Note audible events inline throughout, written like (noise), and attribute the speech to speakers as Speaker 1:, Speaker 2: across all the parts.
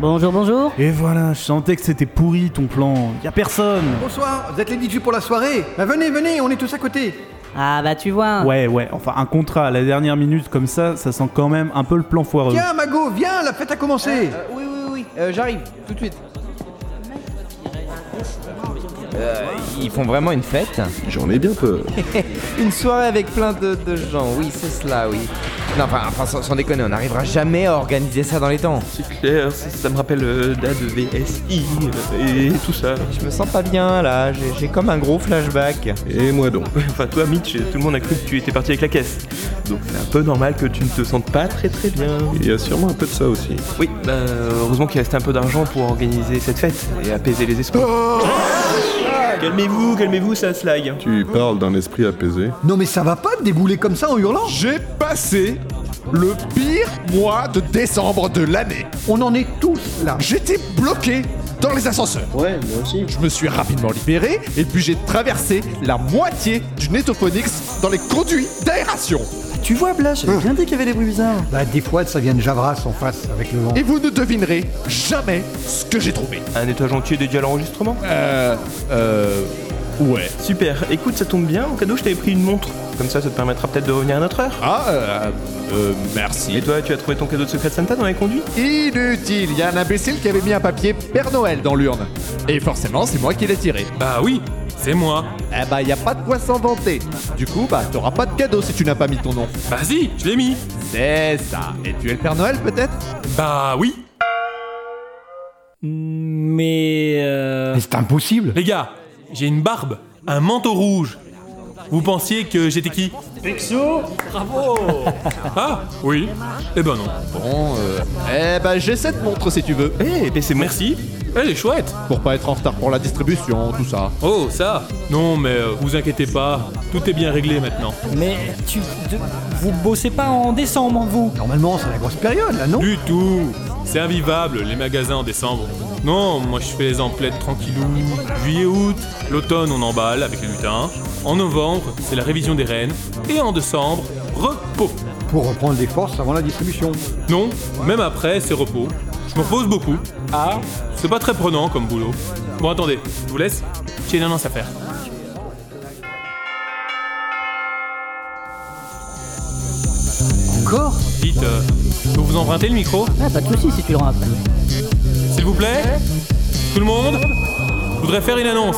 Speaker 1: Bonjour, bonjour.
Speaker 2: Et voilà, je sentais que c'était pourri ton plan. Y a personne.
Speaker 3: Bonsoir, vous êtes les DJ pour la soirée Bah, Venez, venez, on est tous à côté.
Speaker 1: Ah bah tu vois.
Speaker 2: Ouais, ouais, enfin un contrat à la dernière minute comme ça, ça sent quand même un peu le plan foireux.
Speaker 3: Tiens, Mago, viens, la fête a commencé.
Speaker 4: Euh, oui, oui, oui, euh, j'arrive, tout de suite. Euh, ils font vraiment une fête
Speaker 5: J'en ai bien peur.
Speaker 4: Une soirée avec plein de, de gens, oui, c'est cela, oui. Non, enfin, enfin, sans, sans déconner, on n'arrivera jamais à organiser ça dans les temps.
Speaker 6: (laughs) C'est clair, ça, ça me rappelle euh, DA de VSI euh, et tout ça.
Speaker 4: Je me sens pas bien là, j'ai j'ai comme un gros flashback.
Speaker 5: Et moi donc
Speaker 6: (laughs) Enfin, toi, Mitch, tout le monde a cru que tu étais parti avec la caisse. Donc c'est un peu normal que tu ne te sentes pas très très bien.
Speaker 5: Il y a sûrement un peu de ça aussi.
Speaker 6: Oui, bah, heureusement qu'il restait un peu d'argent pour organiser cette fête et apaiser les esprits. Calmez-vous, calmez-vous, ça slide.
Speaker 5: Tu parles d'un esprit apaisé.
Speaker 3: Non, mais ça va pas de débouler comme ça en hurlant.
Speaker 7: J'ai passé le pire mois de décembre de l'année.
Speaker 3: On en est tous là.
Speaker 7: J'étais bloqué dans les ascenseurs.
Speaker 8: Ouais, moi aussi.
Speaker 7: Je me suis rapidement libéré et puis j'ai traversé la moitié du Netophonix dans les conduits d'aération.
Speaker 8: Tu vois, Blash, j'avais bien dit qu'il y avait des bruits bizarres.
Speaker 3: Bah, des fois, ça vient de Javras en face avec le vent.
Speaker 7: Et vous ne devinerez jamais ce que j'ai trouvé.
Speaker 6: Un étage entier dédié à l'enregistrement
Speaker 7: Euh. Euh. Ouais.
Speaker 6: Super, écoute, ça tombe bien, en cadeau, je t'avais pris une montre. Comme ça, ça te permettra peut-être de revenir à notre heure.
Speaker 7: Ah, euh. euh,
Speaker 6: Et
Speaker 7: merci.
Speaker 6: toi, tu as trouvé ton cadeau de Secret Santa dans les conduits
Speaker 7: Inutile, il y a un imbécile qui avait mis un papier Père Noël dans l'urne. Et forcément, c'est moi qui l'ai tiré.
Speaker 9: Bah oui, c'est moi.
Speaker 7: Eh bah, y a pas de quoi s'en vanter. Du coup, bah, t'auras pas de cadeau si tu n'as pas mis ton nom.
Speaker 9: Vas-y, je l'ai mis.
Speaker 7: C'est ça. Et tu es le Père Noël, peut-être
Speaker 9: Bah oui.
Speaker 1: Mais... euh,
Speaker 3: Mais c'est impossible.
Speaker 9: Les gars, j'ai une barbe, un manteau rouge. Vous pensiez que j'étais qui Pixou Bravo Ah, oui. Eh ben non.
Speaker 7: Bon, euh... Eh bah, j'ai cette montre si tu veux.
Speaker 6: Eh, ben c'est merci.
Speaker 9: Merci. Elle est chouette.
Speaker 7: Pour pas être en retard pour la distribution, tout ça.
Speaker 9: Oh, ça Non, mais euh, vous inquiétez pas. Tout est bien réglé maintenant.
Speaker 1: Mais tu... de- Vous bossez pas en décembre, vous
Speaker 3: Normalement, c'est la grosse période là, non
Speaker 9: Du tout. C'est invivable, les magasins en décembre. Non, moi je fais les emplettes tranquillou. Juillet, août, l'automne on emballe avec les lutins. En novembre, c'est la révision des rennes. Et en décembre, repos.
Speaker 3: Pour reprendre des forces avant la distribution.
Speaker 9: Non, même après, c'est repos. Je me repose beaucoup. Ah, c'est pas très prenant comme boulot. Bon, attendez, je vous laisse. J'ai une annonce à faire.
Speaker 3: Encore
Speaker 9: Dites, euh, je peux vous emprunter le micro
Speaker 1: Ah, pas de soucis si tu le rends après.
Speaker 9: S'il vous plaît Tout le monde Je voudrais faire une annonce.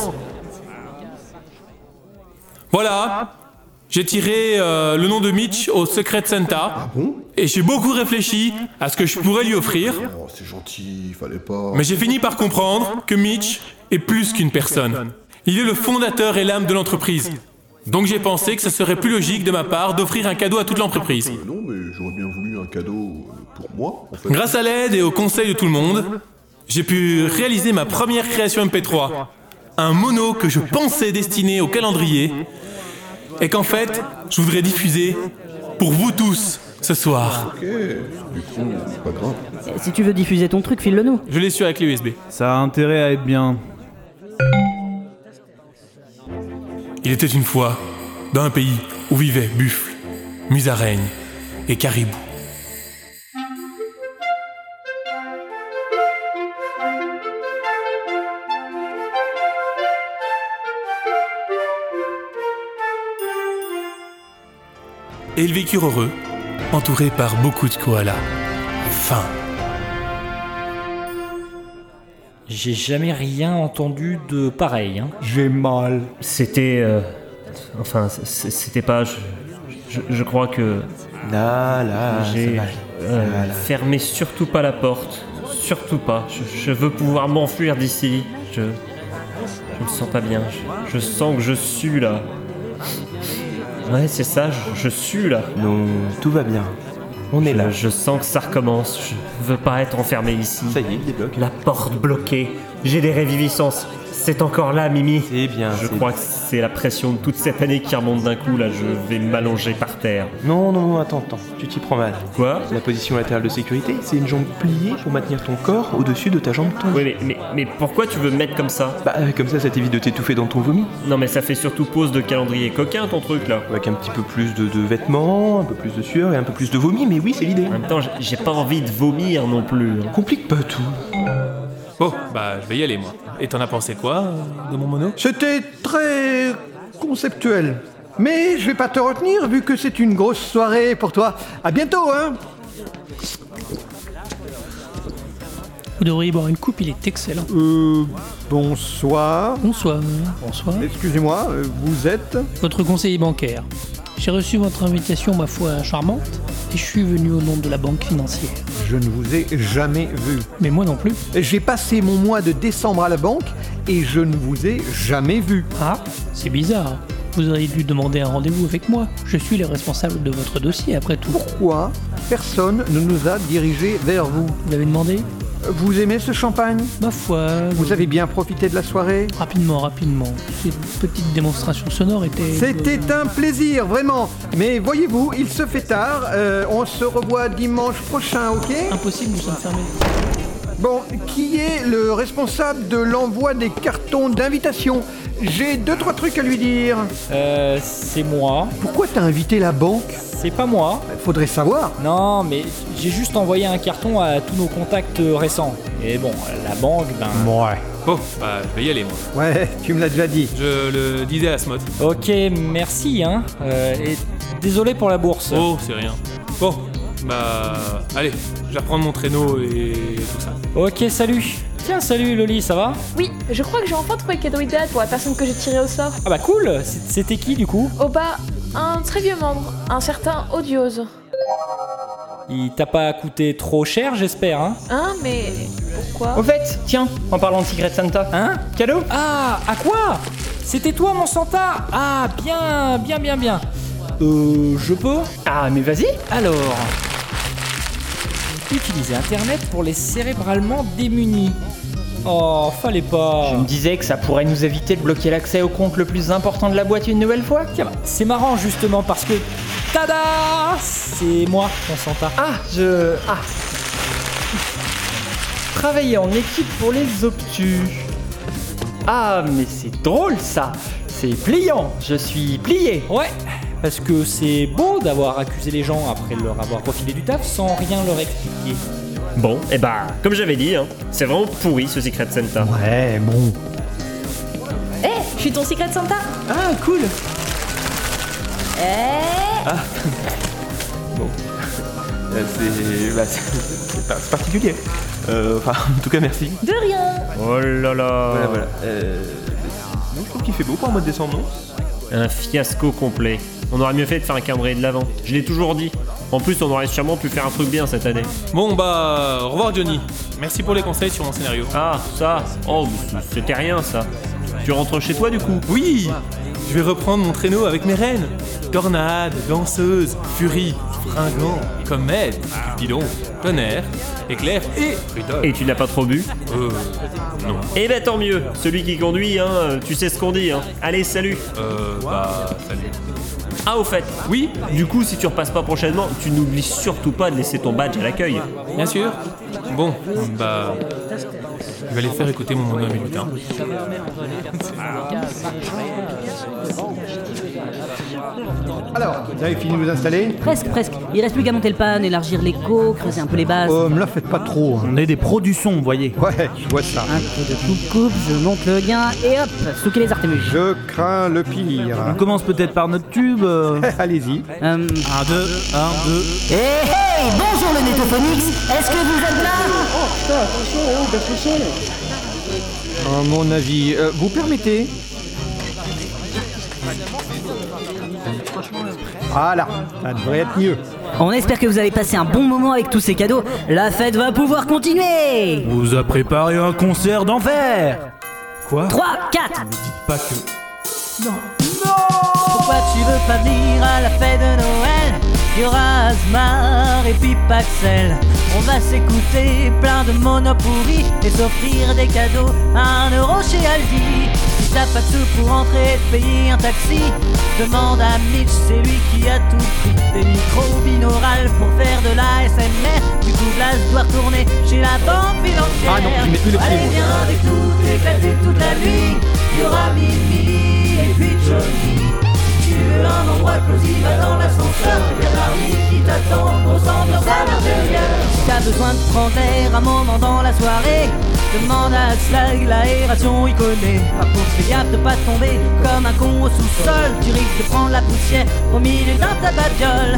Speaker 9: Voilà J'ai tiré euh, le nom de Mitch au Secret Santa.
Speaker 5: Ah
Speaker 9: et j'ai beaucoup réfléchi à ce que je pourrais lui offrir.
Speaker 5: Oh, c'est gentil, fallait pas.
Speaker 9: Mais j'ai fini par comprendre que Mitch est plus qu'une personne. Il est le fondateur et l'âme de l'entreprise. Donc j'ai pensé que ce serait plus logique de ma part d'offrir un cadeau à toute l'entreprise.
Speaker 5: Non, mais j'aurais bien voulu un cadeau euh, pour moi, en fait.
Speaker 9: Grâce à l'aide et au conseil de tout le monde, j'ai pu réaliser ma première création MP3. Un mono que je pensais destiné au calendrier et qu'en fait, je voudrais diffuser pour vous tous ce soir.
Speaker 5: Ok, du coup, c'est pas grave.
Speaker 1: Eh, Si tu veux diffuser ton truc, file-le nous.
Speaker 9: Je l'ai su avec les USB.
Speaker 2: Ça a intérêt à être bien.
Speaker 9: Il était une fois, dans un pays où vivaient buffles, musaraignes et caribous. Et ils vécurent heureux, entourés par beaucoup de koalas. Fin.
Speaker 10: J'ai jamais rien entendu de pareil. hein.
Speaker 3: J'ai mal.
Speaker 8: C'était. euh, Enfin, c- c- c'était pas. Je, je- je crois que.
Speaker 6: Là, là,
Speaker 8: j'ai.
Speaker 6: ça va.
Speaker 8: euh,
Speaker 6: ça va, là.
Speaker 8: fermé surtout pas la porte. Surtout pas. Je, je veux pouvoir m'enfuir d'ici. Je. Je me sens pas bien. Je, je sens que je sue là. Ouais, c'est ça, je, je sue là.
Speaker 6: Non, tout va bien. On est là.
Speaker 8: Je, je sens que ça recommence. Je veux pas être enfermé ici.
Speaker 6: Ça y est, il débloque.
Speaker 8: La porte bloquée. J'ai des réviviscences. C'est encore là, Mimi.
Speaker 6: C'est bien.
Speaker 8: Je
Speaker 6: c'est
Speaker 8: crois que c'est la pression de toute cette année qui remonte d'un coup. Là, je vais m'allonger par terre.
Speaker 6: Non, non, non, attends, attends, tu t'y prends mal.
Speaker 8: Quoi
Speaker 6: La position latérale de sécurité, c'est une jambe pliée pour maintenir ton corps au-dessus de ta jambe tombée.
Speaker 8: Oui, mais, mais, mais pourquoi tu veux me mettre comme ça
Speaker 6: Bah, euh, comme ça, ça t'évite de t'étouffer dans ton vomi.
Speaker 8: Non, mais ça fait surtout pause de calendrier coquin ton truc là.
Speaker 6: Avec un petit peu plus de, de vêtements, un peu plus de sueur et un peu plus de vomi, mais oui, c'est l'idée.
Speaker 8: En même temps, j'ai- j'ai pas envie de vomir non plus. hein.
Speaker 6: Complique pas tout.
Speaker 9: Bon, bah je vais y aller moi. Et t'en as pensé quoi euh, de mon mono
Speaker 3: C'était très conceptuel. Mais je vais pas te retenir vu que c'est une grosse soirée pour toi. À bientôt, hein
Speaker 11: Vous devriez boire une coupe, il est excellent.
Speaker 3: Euh, bonsoir.
Speaker 11: Bonsoir. Bonsoir.
Speaker 3: Excusez-moi, euh, vous êtes
Speaker 11: Votre conseiller bancaire. J'ai reçu votre invitation, ma foi, charmante, et je suis venu au nom de la banque financière.
Speaker 3: Je ne vous ai jamais vu.
Speaker 11: Mais moi non plus.
Speaker 3: J'ai passé mon mois de décembre à la banque et je ne vous ai jamais vu.
Speaker 11: Ah, c'est bizarre. Vous auriez dû demander un rendez-vous avec moi. Je suis le responsable de votre dossier, après tout.
Speaker 3: Pourquoi personne ne nous a dirigés vers vous
Speaker 11: Vous avez demandé
Speaker 3: Vous aimez ce champagne
Speaker 11: Ma foi.
Speaker 3: Vous avez bien profité de la soirée
Speaker 11: Rapidement, rapidement. Cette petite démonstration sonore était.
Speaker 3: C'était un plaisir, vraiment. Mais voyez-vous, il se fait tard. Euh, on se revoit dimanche prochain, ok
Speaker 11: Impossible, nous sommes fermés.
Speaker 3: Bon, qui est le responsable de l'envoi des cartons d'invitation J'ai deux, trois trucs à lui dire.
Speaker 10: Euh, c'est moi.
Speaker 3: Pourquoi t'as invité la banque
Speaker 10: C'est pas moi.
Speaker 3: Faudrait savoir.
Speaker 10: Non, mais j'ai juste envoyé un carton à tous nos contacts récents. Et bon, la banque, ben.
Speaker 3: Ouais.
Speaker 9: Bon, bah je vais y aller moi.
Speaker 3: Ouais, tu me l'as déjà dit.
Speaker 9: Je le disais à ce mode.
Speaker 10: Ok, merci, hein. Euh, et désolé pour la bourse.
Speaker 9: Oh, c'est rien. Bon, bah allez, je vais reprendre mon traîneau et tout ça.
Speaker 10: Ok, salut. Tiens, salut Loli, ça va
Speaker 12: Oui, je crois que j'ai enfin trouvé le cadeau idéal pour la personne que j'ai tirée au sort.
Speaker 10: Ah bah cool C- C'était qui du coup
Speaker 12: Au bas, Oh, bah, un très vieux membre, un certain Odiose.
Speaker 10: Il t'a pas coûté trop cher, j'espère, hein
Speaker 12: Hein, mais pourquoi
Speaker 13: Au fait, tiens, en parlant de Secret Santa,
Speaker 10: Hein
Speaker 13: Cadeau
Speaker 10: Ah, à quoi C'était toi, mon Santa Ah, bien, bien, bien, bien. Euh, je peux
Speaker 13: Ah, mais vas-y
Speaker 10: Alors, utiliser Internet pour les cérébralement démunis. Oh, fallait pas.
Speaker 13: Je me disais que ça pourrait nous éviter de bloquer l'accès au compte le plus important de la boîte une nouvelle fois.
Speaker 10: Tiens, bah, c'est marrant justement parce que. Tada C'est moi, mon Santa.
Speaker 13: Ah, je... Ah Travailler en équipe pour les obtus. Ah, mais c'est drôle ça C'est pliant Je suis plié
Speaker 10: Ouais, parce que c'est beau d'avoir accusé les gens après leur avoir refilé du taf sans rien leur expliquer.
Speaker 8: Bon, et bah, comme j'avais dit, hein, c'est vraiment pourri ce Secret Santa.
Speaker 3: Ouais, bon.
Speaker 12: Eh, je suis ton Secret Santa
Speaker 13: Ah, cool
Speaker 12: Eh
Speaker 6: Euh, c'est bah, (laughs) c'est- c'est par- c'est particulier. Euh, enfin, en tout cas, merci.
Speaker 12: De rien
Speaker 8: Oh là là
Speaker 6: Voilà, voilà. Euh, non, je trouve qu'il fait beau pour un mois de décembre, non
Speaker 8: Un fiasco complet. On aurait mieux fait de faire un calendrier de l'avant. Je l'ai toujours dit. En plus, on aurait sûrement pu faire un truc bien cette année.
Speaker 9: Bon bah au revoir Johnny. Merci pour les conseils sur mon scénario.
Speaker 8: Ah, ça Oh, mais c'était rien ça. Tu rentres chez toi du coup
Speaker 9: Oui Je vais reprendre mon traîneau avec mes reines. Tornade, danseuse, furie, fringant, comète, bidon, tonnerre, éclair et rudolph.
Speaker 8: Et tu n'as pas trop bu
Speaker 9: Euh, non.
Speaker 8: Eh ben tant mieux Celui qui conduit, hein, euh, tu sais ce qu'on dit, hein. Allez, salut
Speaker 9: Euh, bah, salut.
Speaker 8: Ah, au fait, oui Du coup, si tu repasses pas prochainement, tu n'oublies surtout pas de laisser ton badge à l'accueil.
Speaker 9: Bien sûr. Bon, bah. Je vais aller faire écouter mon mono à mes lutins.
Speaker 3: Alors, vous avez fini de vous installer
Speaker 11: Ah,
Speaker 14: Presque, presque. Il reste plus qu'à monter le pan, élargir l'écho, creuser un peu les bases.
Speaker 3: Oh, me la faites pas trop. hein.
Speaker 2: On est des pros du son, vous voyez.
Speaker 3: Ouais, je vois ça.
Speaker 14: Un peu de coupe coupe, je monte le gain et hop, souquez les artémuges.
Speaker 3: Je crains le pire. (laughs)
Speaker 2: On commence peut-être par notre tube. euh.
Speaker 3: Allez-y.
Speaker 14: Euh...
Speaker 2: 1, 2, 1, 2.
Speaker 14: Hey, Eh, hey, bonjour le Netophonix, est-ce que vous êtes là
Speaker 3: À mon avis, euh, vous permettez Ah là, ça devrait être mieux.
Speaker 14: On espère que vous avez passé un bon moment avec tous ces cadeaux. La fête va pouvoir continuer
Speaker 2: On vous a préparé un concert d'enfer Quoi
Speaker 14: 3, 4
Speaker 2: Pas que.
Speaker 14: Pourquoi tu veux pas venir à la fête de Noël Il y aura Asmar et puis Paxel. On va s'écouter plein de monopoly et s'offrir des cadeaux à un euro chez Aldi. Si t'as pas de sous pour entrer et te payer un taxi, demande à Mitch, c'est lui qui a tout pris. Des micros binaurales pour faire de la SMR. Du coup, Blas doit retourner chez la banque financière.
Speaker 3: Ah non, il met plus les pieds,
Speaker 14: Allez,
Speaker 3: moi.
Speaker 14: viens avec nous, t'éclater toute la nuit. Il y aura Mimi et puis Johnny. Si tu veux un endroit cosy, va dans l'ascenseur. Il y a Marie qui t'attend, on s'ambiance à l'intérieur. Si t'as besoin de prendre air un moment dans la soirée. Demande à Slag, l'aération il connaît. Par contre, fais gaffe de pas tomber comme un con au sous-sol. Tu risques de prendre la poussière au milieu d'un tas de babioles.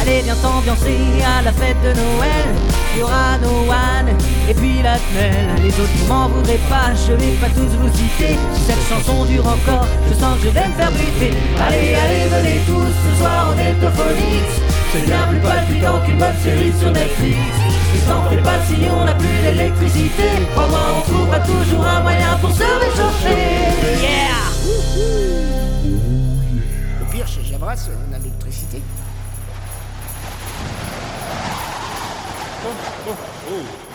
Speaker 14: Allez, viens t'ambiancer à la fête de Noël. Il y aura Noan et puis la telle. Les autres ne m'en voudraient pas, je vais pas tous vous citer. Si cette chanson dure encore, je sens que je vais me faire buter. Allez, allez, venez tous, ce soir on est au Phonix. C'est bien plus palpitant qu'une bonne série sur Netflix. Et s'en fait pas si on n'a plus d'électricité. Crois-moi, on trouvera toujours un moyen pour se réchauffer. Yeah!
Speaker 15: Au pire, chez Javras, on a l'électricité.
Speaker 8: Oh, oh, oh.